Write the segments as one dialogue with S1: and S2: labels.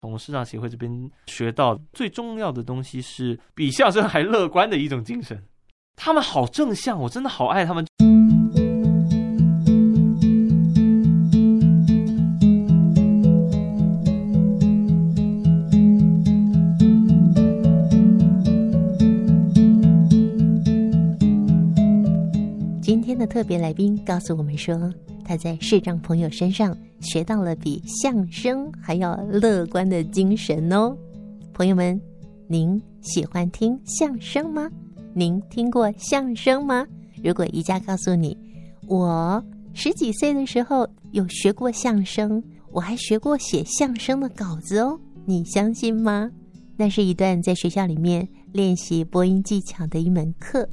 S1: 从市场协会这边学到最重要的东西是比笑声还乐观的一种精神。他们好正向，我真的好爱他们。
S2: 今天的特别来宾告诉我们说，他在视障朋友身上学到了比相声还要乐观的精神哦。朋友们，您喜欢听相声吗？您听过相声吗？如果宜家告诉你，我十几岁的时候有学过相声，我还学过写相声的稿子哦，你相信吗？那是一段在学校里面练习播音技巧的一门课。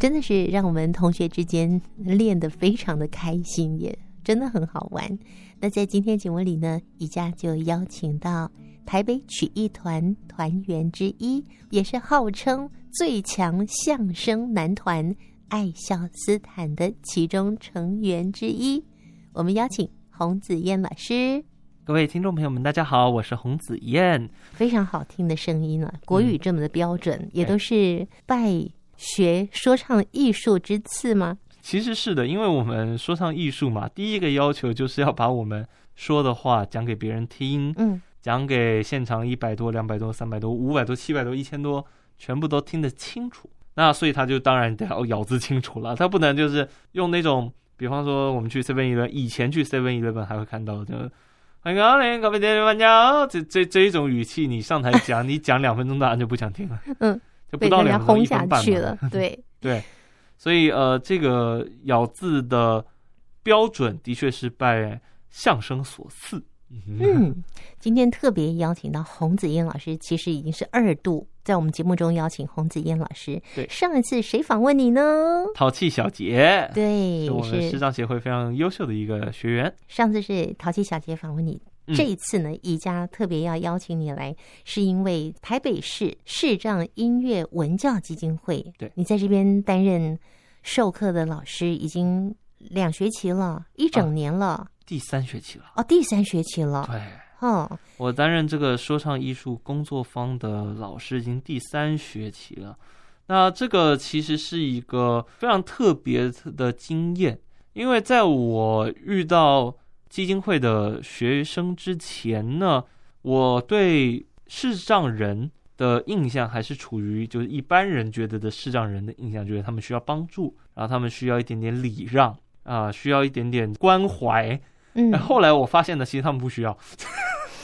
S2: 真的是让我们同学之间练得非常的开心，也真的很好玩。那在今天节目里呢，宜家就邀请到台北曲艺团团员之一，也是号称最强相声男团爱笑斯坦的其中成员之一。我们邀请洪子燕老师，
S1: 各位听众朋友们，大家好，我是洪子燕。
S2: 非常好听的声音啊，国语这么的标准，也都是拜。学说唱艺术之次吗？
S1: 其实是的，因为我们说唱艺术嘛，第一个要求就是要把我们说的话讲给别人听，
S2: 嗯，
S1: 讲给现场一百多、两百多、三百多、五百多、七百多、一千多，全部都听得清楚。那所以他就当然得要咬字清楚了，他不能就是用那种，比方说我们去 Seven Eleven，以前去 Seven Eleven 还会看到的。很高兴，各位听众这这这一种语气，你上台 讲，你讲两分钟，大家就不想听了。
S2: 嗯，
S1: 就不
S2: 被
S1: 到
S2: 大家
S1: 两分钟
S2: 轰
S1: 一
S2: 下
S1: 分半
S2: 去
S1: 嘛
S2: 了。 对，
S1: 对，所以呃，这个咬字的标准的确是拜相声所赐。嗯，
S2: 嗯，今天特别邀请到洪子燕老师，其实已经是二度在我们节目中邀请洪子燕老师。
S1: 对
S2: 上一次谁访问你呢？
S1: 淘气小杰，
S2: 对
S1: 是，我们视
S2: 是
S1: 障协会非常优秀的一个学员。
S2: 上次是淘气小姐访问你。
S1: 嗯
S2: 这一次呢，宜家特别要邀请你来，是因为台北市视障音乐文教基金会，
S1: 对
S2: 你在这边担任授课的老师已经两学期了，一整年了，
S1: 第三学期了，
S2: 哦，第三学期了，
S1: 对
S2: 哦，
S1: 我担任这个说唱艺术工作坊的老师已经第三学期了。那这个其实是一个非常特别的经验，因为在我遇到基金会的学生之前呢，我对视障人的印象还是处于就是一般人觉得的视障人的印象，觉得他们需要帮助，然后他们需要一点点礼让啊、需要一点点关怀，
S2: 嗯
S1: 哎，后来我发现呢，其实他们不需要，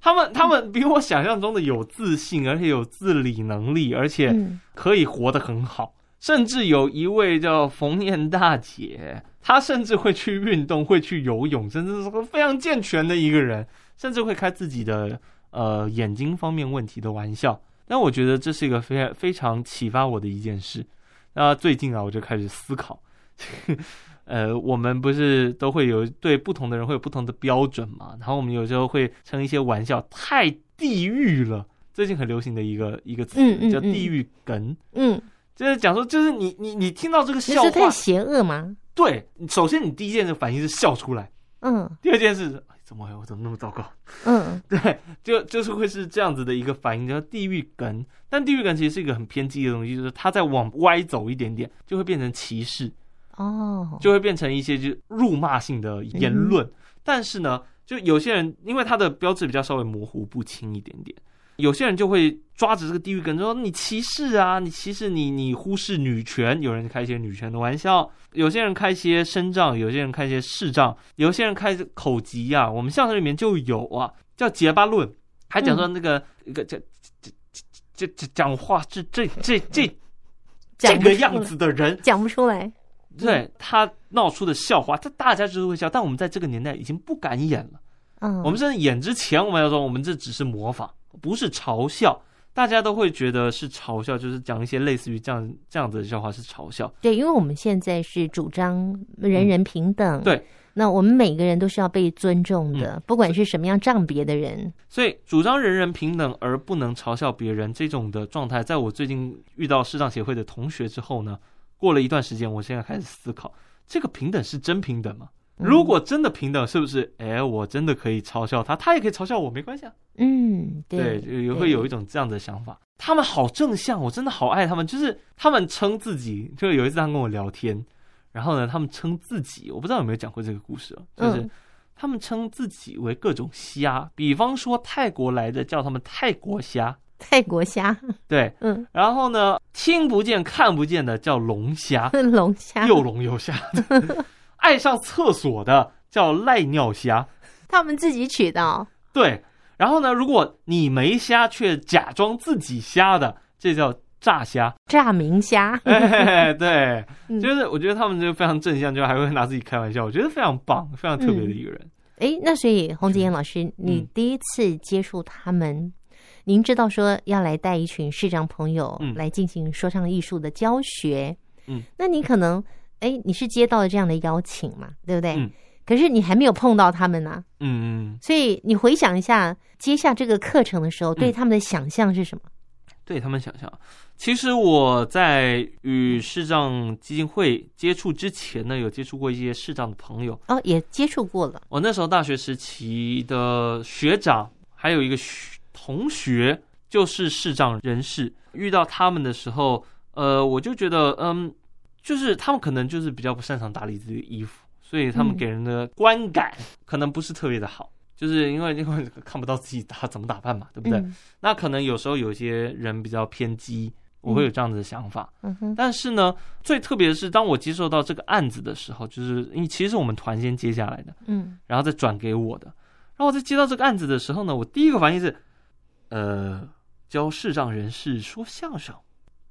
S1: 他们他们比我想象中的有自信，而且有自理能力，而且
S2: 嗯
S1: 可以活得很好。甚至有一位叫冯燕大姐，她甚至会去运动，会去游泳，甚至是个非常健全的一个人，甚至会开自己的呃眼睛方面问题的玩笑。但我觉得这是一个非常非常启发我的一件事。那最近啊，我就开始思考，呃，我们不是都会有对不同的人会有不同的标准嘛？然后我们有时候会称一些玩笑太地狱了，最近很流行的一个一个词
S2: 嗯嗯
S1: 叫
S2: 嗯
S1: 地狱梗，
S2: 嗯，
S1: 就是讲说，就是你你你听到这个笑
S2: 那是太
S1: 话，
S2: 邪恶吗？
S1: 对，首先你第一件事反应是笑出来，
S2: 嗯
S1: 第二件事是哎怎么会我怎么那么糟糕？
S2: 嗯
S1: 对，就就是会是这样子的一个反应，叫地狱梗。但地狱梗其实是一个很偏激的东西，就是它再往歪走一点点，就会变成歧视。
S2: 哦，
S1: 就会变成一些就是辱骂性的
S2: 嗯
S1: 言论。但是呢，就有些人因为他的标志比较稍微模糊不清一点点，有些人就会抓着这个地域梗说你歧视啊，你歧视你，你忽视女权。有人开一些女权的玩笑，有些人开一些身障，有些人开一些视障，有些人开口疾啊。我们相声里面就有啊，叫结巴论，还讲
S2: 嗯
S1: 说那个一个这这这这讲话是这这这这
S2: 讲不
S1: 个
S2: 出
S1: 样
S2: 来
S1: 子的人。
S2: 讲不出来，
S1: 对他闹出的笑话，他大家就是会笑，但我们在这个年代已经不敢演了。
S2: 嗯，
S1: 我们甚至演之前，我们要说我们这只是模仿，不是嘲笑。大家都会觉得是嘲笑，就是讲一些类似于这样这样子的笑话是嘲笑。
S2: 对，因为我们现在是主张人人平等，
S1: 对，嗯
S2: 那我们每个人都是要被尊重的，不管是什么样障别的人，
S1: 所以主张人人平等而不能嘲笑别人这种的状态，在我最近遇到视障协会的同学之后呢，过了一段时间，我现在开始思考，这个平等是真平等吗？
S2: 嗯
S1: 如果真的平等，是不是？哎，我真的可以嘲笑他，他也可以嘲笑我，没关系啊。
S2: 嗯，对，
S1: 也会有一种这样的想法。他们好正向，我真的好爱他们。就是他们称自己，就是有一次他跟我聊天，然后呢，他们称自己，我不知道有没有讲过这个故事啊，就是
S2: 嗯
S1: 他们称自己为各种虾，比方说泰国来的叫他们泰国虾，
S2: 泰国虾，
S1: 对，
S2: 嗯，
S1: 然后呢，听不见看不见的叫龙 虾，
S2: 龙虾，
S1: 又聋又瞎 的；爱上厕所的叫赖尿虾，
S2: 他们自己取的哦，
S1: 对。然后呢，如果你没瞎却假装自己瞎的，这叫诈瞎。
S2: 炸明虾，
S1: 哎，对，
S2: 嗯
S1: 就是我觉得他们就非常正向，就还会拿自己开玩笑，我觉得非常棒，非常特别的一个人。
S2: 诶，那所以洪子妍老师，你
S1: 嗯
S2: 第一次接触他们，您知道说要来带一群视障朋友
S1: 嗯
S2: 来进行说唱艺术的教学，
S1: 嗯，
S2: 那你可能，诶，你是接到了这样的邀请嘛，对不对？
S1: 嗯
S2: 可是你还没有碰到他们呢、
S1: 嗯，嗯
S2: 所以你回想一下接下这个课程的时候，对
S1: 嗯
S2: 他们的想象是什么？
S1: 对他们想象。其实我在与视障基金会接触之前呢，有接触过一些视障的朋友。
S2: 哦，也接触过了，
S1: 我那时候大学时期的学长，还有一个学同学，就是视障人士。遇到他们的时候，呃，我就觉得，嗯，就是他们可能就是比较不擅长打理自己的衣服，所以他们
S2: 嗯
S1: 给人的观感可能不是特别的好，就是因为 因为看不到自己打怎么打扮嘛，对不对？
S2: 嗯
S1: 那可能有时候有些人比较偏激，我会有这样子的想法。
S2: 嗯哼，
S1: 但是呢，最特别的是，当我接受到这个案子的时候，就是因为其实是我们团先接下来的。
S2: 嗯，
S1: 然后再转给我的。然后我在接到这个案子的时候呢，我第一个反应是，呃，教视障人士说相声，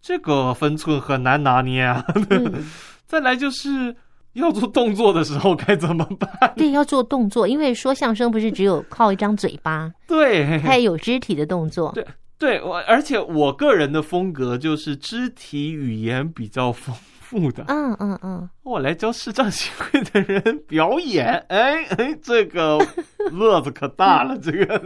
S1: 这个分寸很难拿捏啊。
S2: 嗯
S1: 再来就是要做动作的时候该怎么办？
S2: 对，要做动作，因为说相声不是只有靠一张嘴巴，
S1: 对，
S2: 它也有肢体的动作。
S1: 对我，而且我个人的风格就是肢体语言比较丰富的。
S2: 嗯嗯嗯，
S1: 我来教视障协会的人表演，哎哎，这个 乐子可大了，这个，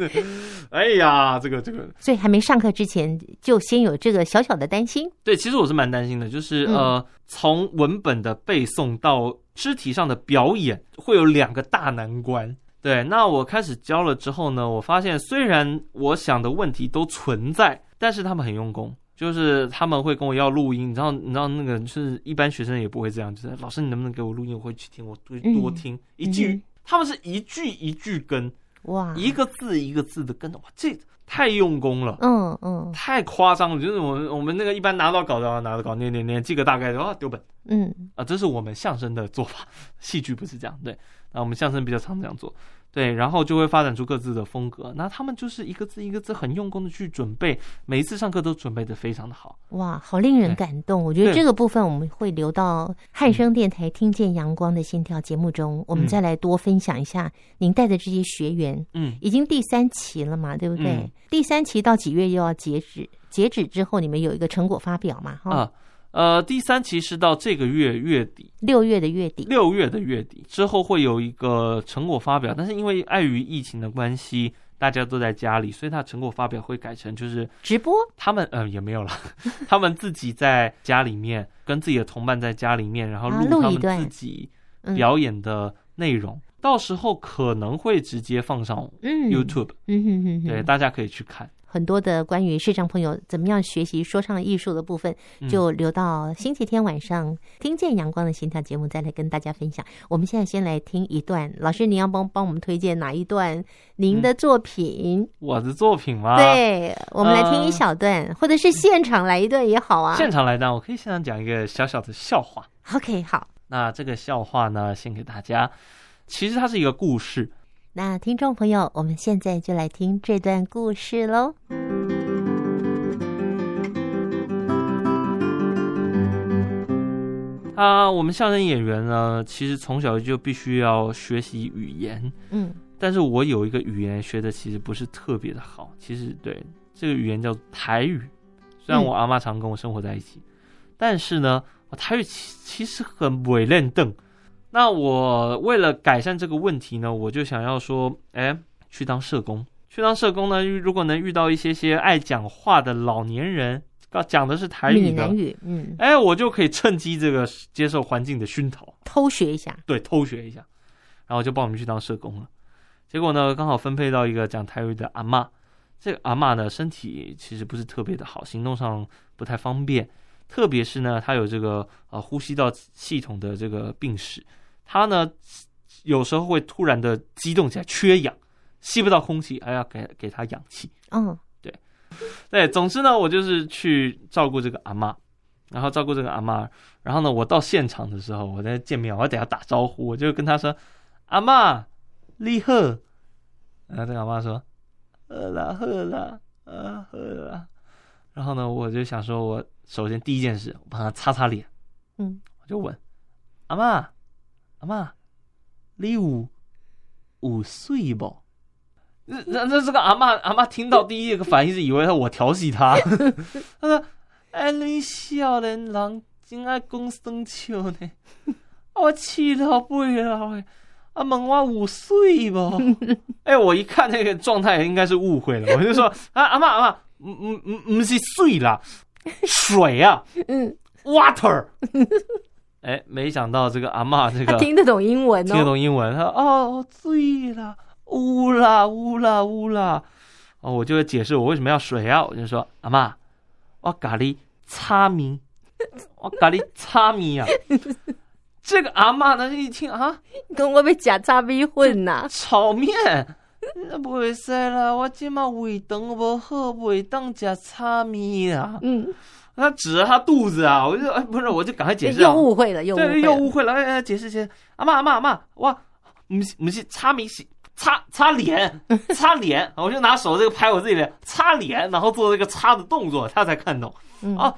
S1: 哎呀，这个这个，
S2: 所以还没上课之前，就先有这个小小的担心。
S1: 对，其实我是蛮担心的，就是、
S2: 嗯
S1: 呃，从文本的背诵到肢体上的表演，会有两个大难关。对，那我开始教了之后呢，我发现虽然我想的问题都存在，但是他们很用功，就是他们会跟我要录音，你知道，你知道那个是一般学生也不会这样，就是老师你能不能给我录音，我会去听，我多
S2: 嗯
S1: 多听、一句，
S2: 嗯
S1: 他们是一句一句跟，
S2: 哇，
S1: 一个字一个字的跟，哇，这太用功了。
S2: 嗯嗯
S1: 太夸张了，就是我们我们那个一般拿到稿的拿到稿念念念，记个大概然后丢本
S2: 嗯
S1: 啊，这是我们相声的做法，戏剧不是这样，对，啊，我们相声比较常这样做，对，然后就会发展出各自的风格。那他们就是一个字一个字很用功的去准备，每一次上课都准备的非常的好。
S2: 哇，好令人
S1: 对
S2: 感动。我觉得
S1: 对
S2: 这个部分我们会留到汉声电台《听见阳光的心跳》节目中，我们
S1: 嗯
S2: 再来多分享一下您带的这些学员。
S1: 嗯，
S2: 已经第三期了嘛，对不对？
S1: 嗯
S2: 第三期到几月又要截止？截止之后，你们有一个成果发表嘛？哈、
S1: 啊，呃，第三期是到这个月月底，
S2: 六月的月底。
S1: 六月的月底之后会有一个成果发表，但是因为碍于疫情的关系，大家都在家里，所以它成果发表会改成就是
S2: 直播，
S1: 他们嗯、呃也没有了，他们自己在家里面跟自己的同伴在家里面，然后
S2: 啊录
S1: 录他
S2: 一段
S1: 们自己
S2: 嗯
S1: 表演的内容，到时候可能会直接放上
S2: 嗯
S1: YouTube，、
S2: 嗯哼哼哼，
S1: 对，大家可以去看。
S2: 很多的关于视障朋友怎么样学习说唱艺术的部分，
S1: 嗯
S2: 就留到星期天晚上《听见阳光的心跳》节目再来跟大家分享。我们现在先来听一段，老师您要帮帮我们推荐哪一段您的作品？
S1: 我的作品吗？，
S2: 对，我们来听一
S1: 呃
S2: 小段，或者是现场来一段也好啊。
S1: 现场来当，我可以现场讲一个小小的笑话。
S2: OK，好。
S1: 那这个笑话呢，献给大家。其实它是一个故事，
S2: 那听众朋友，我们现在就来听这段故事喽。
S1: 啊，我们相声演员呢，其实从小就必须要学习语言，
S2: 嗯
S1: 但是我有一个语言学的其实不是特别的好，其实对这个语言叫台语，虽然我阿妈常跟我生活在一起，但是呢，我台语其其实很委练邓。那我为了改善这个问题呢，我就想要说，哎，去当社工，去当社工呢，如果能遇到一些些爱讲话的老年人，讲的是台
S2: 闽
S1: 语的
S2: 南，语，嗯，
S1: 哎，我就可以趁机这个接受环境的熏陶。
S2: 偷学一下，
S1: 对，偷学一下。然后就帮我们去当社工了。结果呢，刚好分配到一个讲台语的阿嬷。这个阿嬷呢，身体其实不是特别的好，行动上不太方便，特别是呢，她有这个呃呼吸道系统的这个病史，她呢有时候会突然的激动起来，缺氧，吸不到空气，还要给给她氧气。
S2: 嗯
S1: 对，总之呢，我就是去照顾这个阿妈，然后照顾这个阿妈，然后呢，我到现场的时候，我在见面，我要等她打招呼，我就跟她说：“阿妈，你好。”然后这个阿妈说：“好啦好啦，啊好啦。”然后呢，我就想说，我首先第一件事，我帮她擦擦脸，
S2: 嗯，
S1: 我就问：“阿妈，阿妈，你有有睡不？”那那那这个阿嬷阿嬷听到第一个反应是以为我调戏 她，她说：“哎，你少年人真爱讲生笑呢， 啊我气到背了喂，啊问我有水无？ 哎，我一看那个状态应该是误会了，我就说：啊阿嬷阿嬷，唔唔唔唔是水啦，水 啊
S2: 嗯，
S1: ，water。哎，没想到这个阿嬷这
S2: 他
S1: 个
S2: 听得懂英文
S1: 听得
S2: 哦，
S1: 懂英文，他说哦，醉了，乌啦乌啦乌啦，哦，我就会解释我为什么要水啊，我就说阿妈，我咖喱擦米，我咖喱擦米啊。这个阿妈呢，一听啊，
S2: 跟我被假叉逼混呐、
S1: 炒面，那袂使啦，我即马胃肠无好，袂当食炒面啊。
S2: 嗯，
S1: 他指着他肚子啊，我就哎，不是，我就赶快解释、啊
S2: 又。误会了，又误
S1: 对，
S2: 会
S1: 又
S2: 了，
S1: 误会了。哎哎，解释解释，阿妈阿妈阿妈，哇，不是不是擦米洗擦擦脸 擦脸，我就拿手这个拍我自己脸擦脸，然后做这个擦的动作，他才看懂
S2: 嗯
S1: 啊，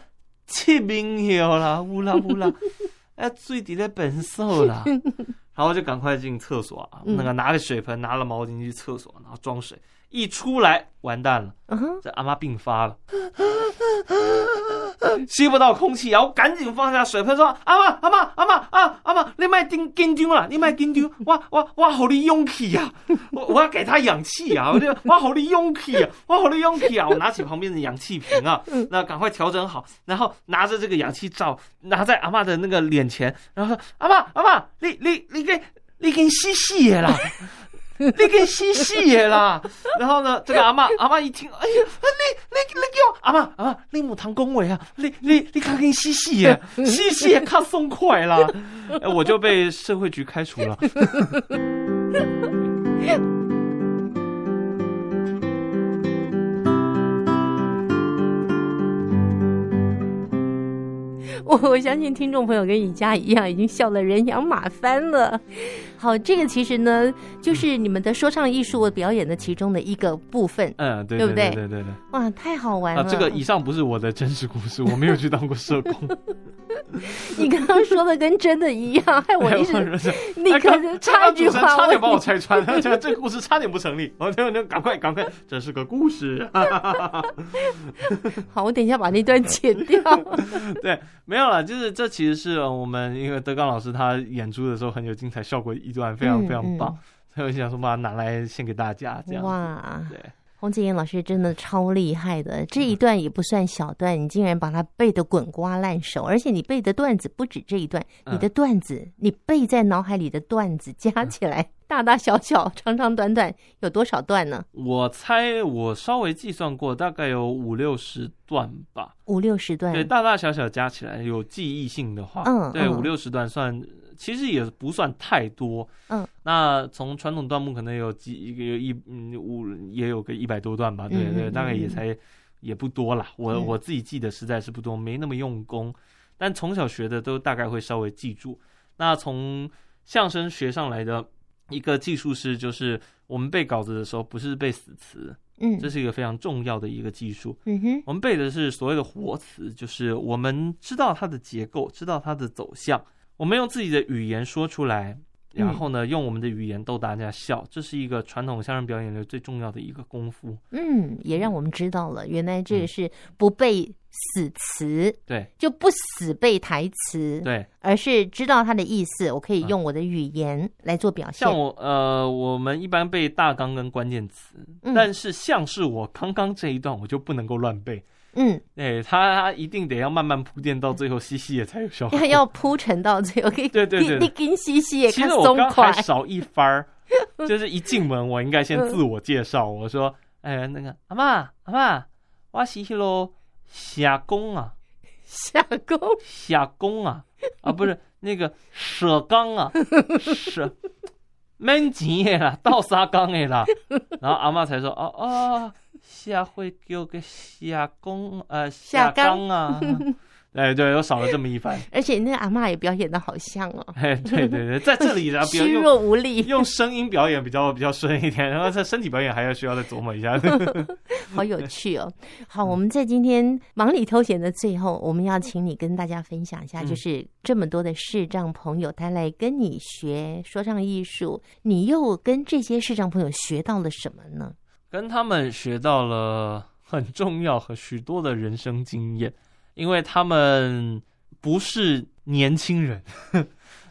S1: 气冰有啦，乌啦乌啦， 哎，最底的本兽 啦。然后就赶快进厕所啊，
S2: 嗯
S1: 那个拿个水盆，拿了毛巾去厕所，然后装水，一出来完蛋了。
S2: 嗯哼，
S1: 这阿妈病发了， 吸不到空气，然后赶紧放下水盆说：“阿妈，阿妈，阿妈，啊，阿妈，你卖紧紧张啦，你卖紧 张，我我我好你勇气呀、我我要给他氧气啊，我就我好你勇气啊，我好你勇气啊，我拿起旁边的氧气瓶啊，那赶快调整好，然后拿着这个氧气罩拿在阿妈的那个脸前，然后说：阿妈，阿妈，你你你给你给吸吸的啦。”你给吸吸的啦。然后呢，这个阿嬷阿嬷一听，哎呀，你你你叫我阿嬷阿嬷，你母堂恭维啊，你你你赶紧吸吸的，
S2: 嗯
S1: 吸吸的较松快啦。哎我就被社会局开除了。
S2: 我我相信听众朋友跟尹佳一样，已经笑得人仰马翻了。 好，这个其实呢，就是你们的说唱艺术表演的其中的一个部分。
S1: 嗯，对
S2: 对不
S1: 对
S2: 对嗯
S1: 对对对。
S2: 哇，太好玩了！
S1: 啊，这个以上不是我的真实故事，我没有去当过社工。
S2: 你刚刚说的跟真的一样， 害 我一直立
S1: 哎
S2: 刻
S1: 刚
S2: 就
S1: 刚
S2: 插一句
S1: 主持人
S2: 话
S1: 差点把我
S2: 问
S1: 拆穿， 这个这个故事差点不成立。我就就赶快赶快，这是个故事。
S2: 你。 好，我等一下把那段剪 掉。
S1: 对，没有了，就是这其实是呃我们一个德刚老师他演出的时候很有精彩效果的一段，非常
S2: 嗯
S1: 非常棒
S2: 嗯，
S1: 所以我就想说把它拿来献给大家，这样子
S2: 哇，
S1: 对。
S2: 洪子妍老师真的超厉害
S1: 嗯
S2: 的，这一段也不算小段，你竟然把它背得滚瓜烂熟，而且你背的段子不止这一段，
S1: 嗯
S2: 你的段子，你背在脑海里的段子加起
S1: 嗯
S2: 来，大大小小、长长短短，有多少段呢？
S1: 我猜我稍微计算过，大概有五六十段吧，
S2: 五六十段
S1: 对，，大大小小加起来有记忆性的话，
S2: 嗯
S1: 对，
S2: 嗯
S1: 五六十段算，其实也不算太多，
S2: 嗯，
S1: 那从传统段目可能有几一个有一嗯五也有个一百多段吧，对
S2: 嗯
S1: 对，
S2: 嗯
S1: 大概也
S2: 嗯
S1: 才也不多啦，我
S2: 嗯
S1: 我自己记得实在是不多，没那么用功，但从小学的都大概会稍微记住。那从相声学上来的一个技术是，就是我们背稿子的时候不是背死词，
S2: 嗯
S1: 这是一个非常重要的一个技术。
S2: 嗯哼，
S1: 我们背的是所谓的活词，就是我们知道它的结构，知道它的走向，我们用自己的语言说出来，
S2: 嗯
S1: 然后呢，用我们的语言逗大家笑，这是一个传统相声表演里最重要的一个功夫。
S2: 嗯，也让我们知道了，原来这个是不背死词，
S1: 对
S2: 就不死背台词，
S1: 对，
S2: 而是知道它的意思，我可以
S1: 嗯
S2: 用我的语言来做表现
S1: 像。我呃，我们一般背大纲跟关键词，
S2: 嗯
S1: 但是像是我刚刚这一段，我就不能够乱背，
S2: 嗯，
S1: 对他他一定得要慢慢铺垫到最后，西西也才有效果
S2: 要。要铺陈到最后，可以
S1: 对对对
S2: 你你跟西西也
S1: 其
S2: 看
S1: 实我
S2: 松
S1: 刚还
S2: 快，
S1: 少一番 儿，就是一进门我应该先
S2: 嗯
S1: 自我介绍，我说：“哎，那个阿妈阿妈，我是迄啰社工啊，
S2: 下工
S1: 社工啊，啊不是那个社工啊，社免钱的啦，倒沙工的啦。”然后阿妈才说：“哦哦，社会叫个社工呃社
S2: 社工
S1: 工 啊。”哎，对，又少了这么一番。
S2: 而且那个阿嬷也表演的好像哦，
S1: 哎，对对对，在这里 呢，不要
S2: 虚
S1: 用
S2: 弱无力，
S1: 用声音表演比较比较顺一点，然后在身体表演还要需要再琢磨一下。
S2: 好有趣哦。好，我们在今天忙里偷闲的最后，我们要请你跟大家分享一下，
S1: 嗯
S2: 就是这么多的视障朋友，他来跟你学说唱艺术，你又跟这些视障朋友学到了什么呢？
S1: 跟他们学到了很重要和许多的人生经验，因为他们不是年轻人，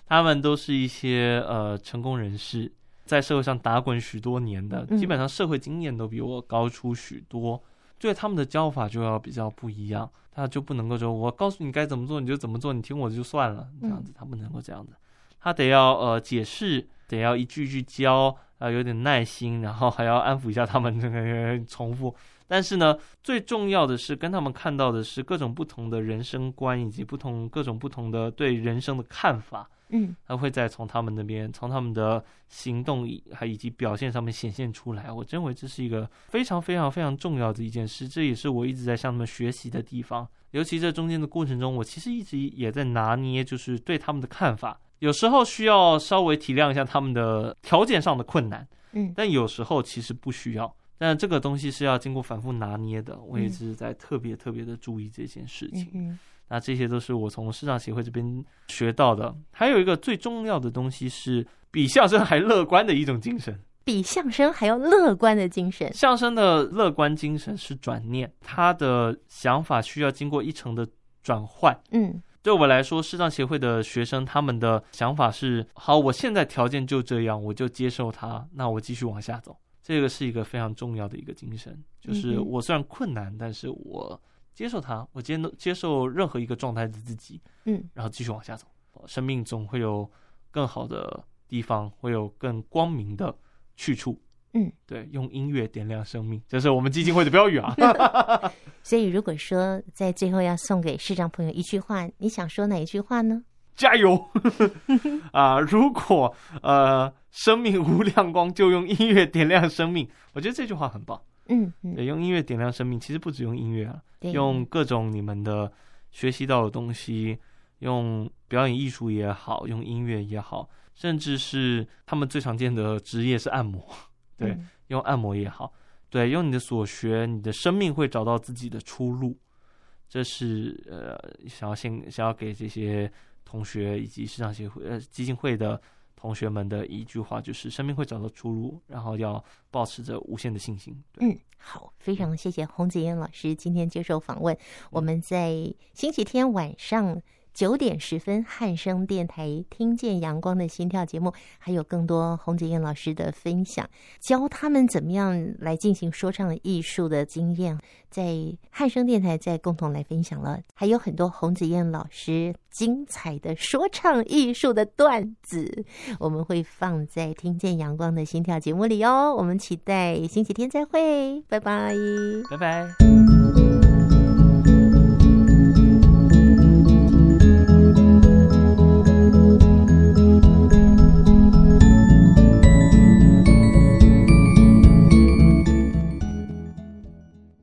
S1: 他们都是一些呃成功人士，在社会上打滚许多年的，
S2: 嗯
S1: 基本上社会经验都比我高出许多。对他们的教法就要比较不一样，他就不能够说我告诉你该怎么做你就怎么做，你听我的就算了，这样子他不能够这样子，他得要呃解释，得要一句一句教，呃有点耐心，然后还要安抚一下他们这个 重复。但是呢，最重要的是跟他们看到的是各种不同的人生观以及不同各种不同的对人生的看法，
S2: 嗯
S1: 他会再从他们那边，从他们的行动以还以及表现上面显现出来。我认为这是一个非常非常非常重要的一件事，这也是我一直在向他们学习的地方。尤其这中间的过程中，我其实一直也在拿捏，就是对他们的看法。有时候需要稍微体谅一下他们的条件上的困难，
S2: 嗯，
S1: 但有时候其实不需要。但这个东西是要经过反复拿捏的，我也
S2: 嗯
S1: 是在特别特别的注意这件事情。
S2: 嗯
S1: 那这些都是我从市场协会这边学到的。还有一个最重要的东西是，比相声还乐观的一种精神。
S2: 比相声还要乐观的精神，
S1: 相声的乐观精神是转念，他的想法需要经过一层的转换。
S2: 嗯
S1: 对我来说，视障协会的学生他们的想法是：好，我现在条件就这样，我就接受它，那我继续往下走。这个是一个非常重要的一个精神，就是
S2: 嗯哼
S1: 我虽然困难，但是我接受它，我接接受任何一个状态的自己，
S2: 嗯，
S1: 然后继续往下走。生命总会有更好的地方，会有更光明的去处。
S2: 嗯，
S1: 对，用音乐点亮生命，这是我们基金会的标语啊。
S2: 所以如果说在最后要送给视障朋友一句话，你想说哪一句话呢？
S1: 加油 啊、如果呃生命无亮光，就用音乐点亮生命。我觉得这句话很棒。
S2: 嗯嗯，
S1: 对，用音乐点亮生命，其实不只用音乐啊，
S2: 对
S1: 用各种你们的学习到的东西，用表演艺术也好，用音乐也好，甚至是他们最常见的职业是按摩，对，
S2: 嗯
S1: 用按摩也好，对，用你的所学，你的生命会找到自己的出路。这是呃，想要先想要给这些同学以及市场协会呃基金会的同学们的一句话，就是生命会找到出路，然后要保持着无限的信心。对，
S2: 嗯，好，非常谢谢洪子燕老师今天接受访问。我们在星期天晚上九点十分，汉声电台《听见阳光的心跳》节目，还有更多洪子燕老师的分享，教他们怎么样来进行说唱艺术的经验，在汉声电台再共同来分享了。还有很多洪子燕老师精彩的说唱艺术的段子，我们会放在《听见阳光的心跳》节目里哦。我们期待星期天再会，拜拜。
S1: 拜拜。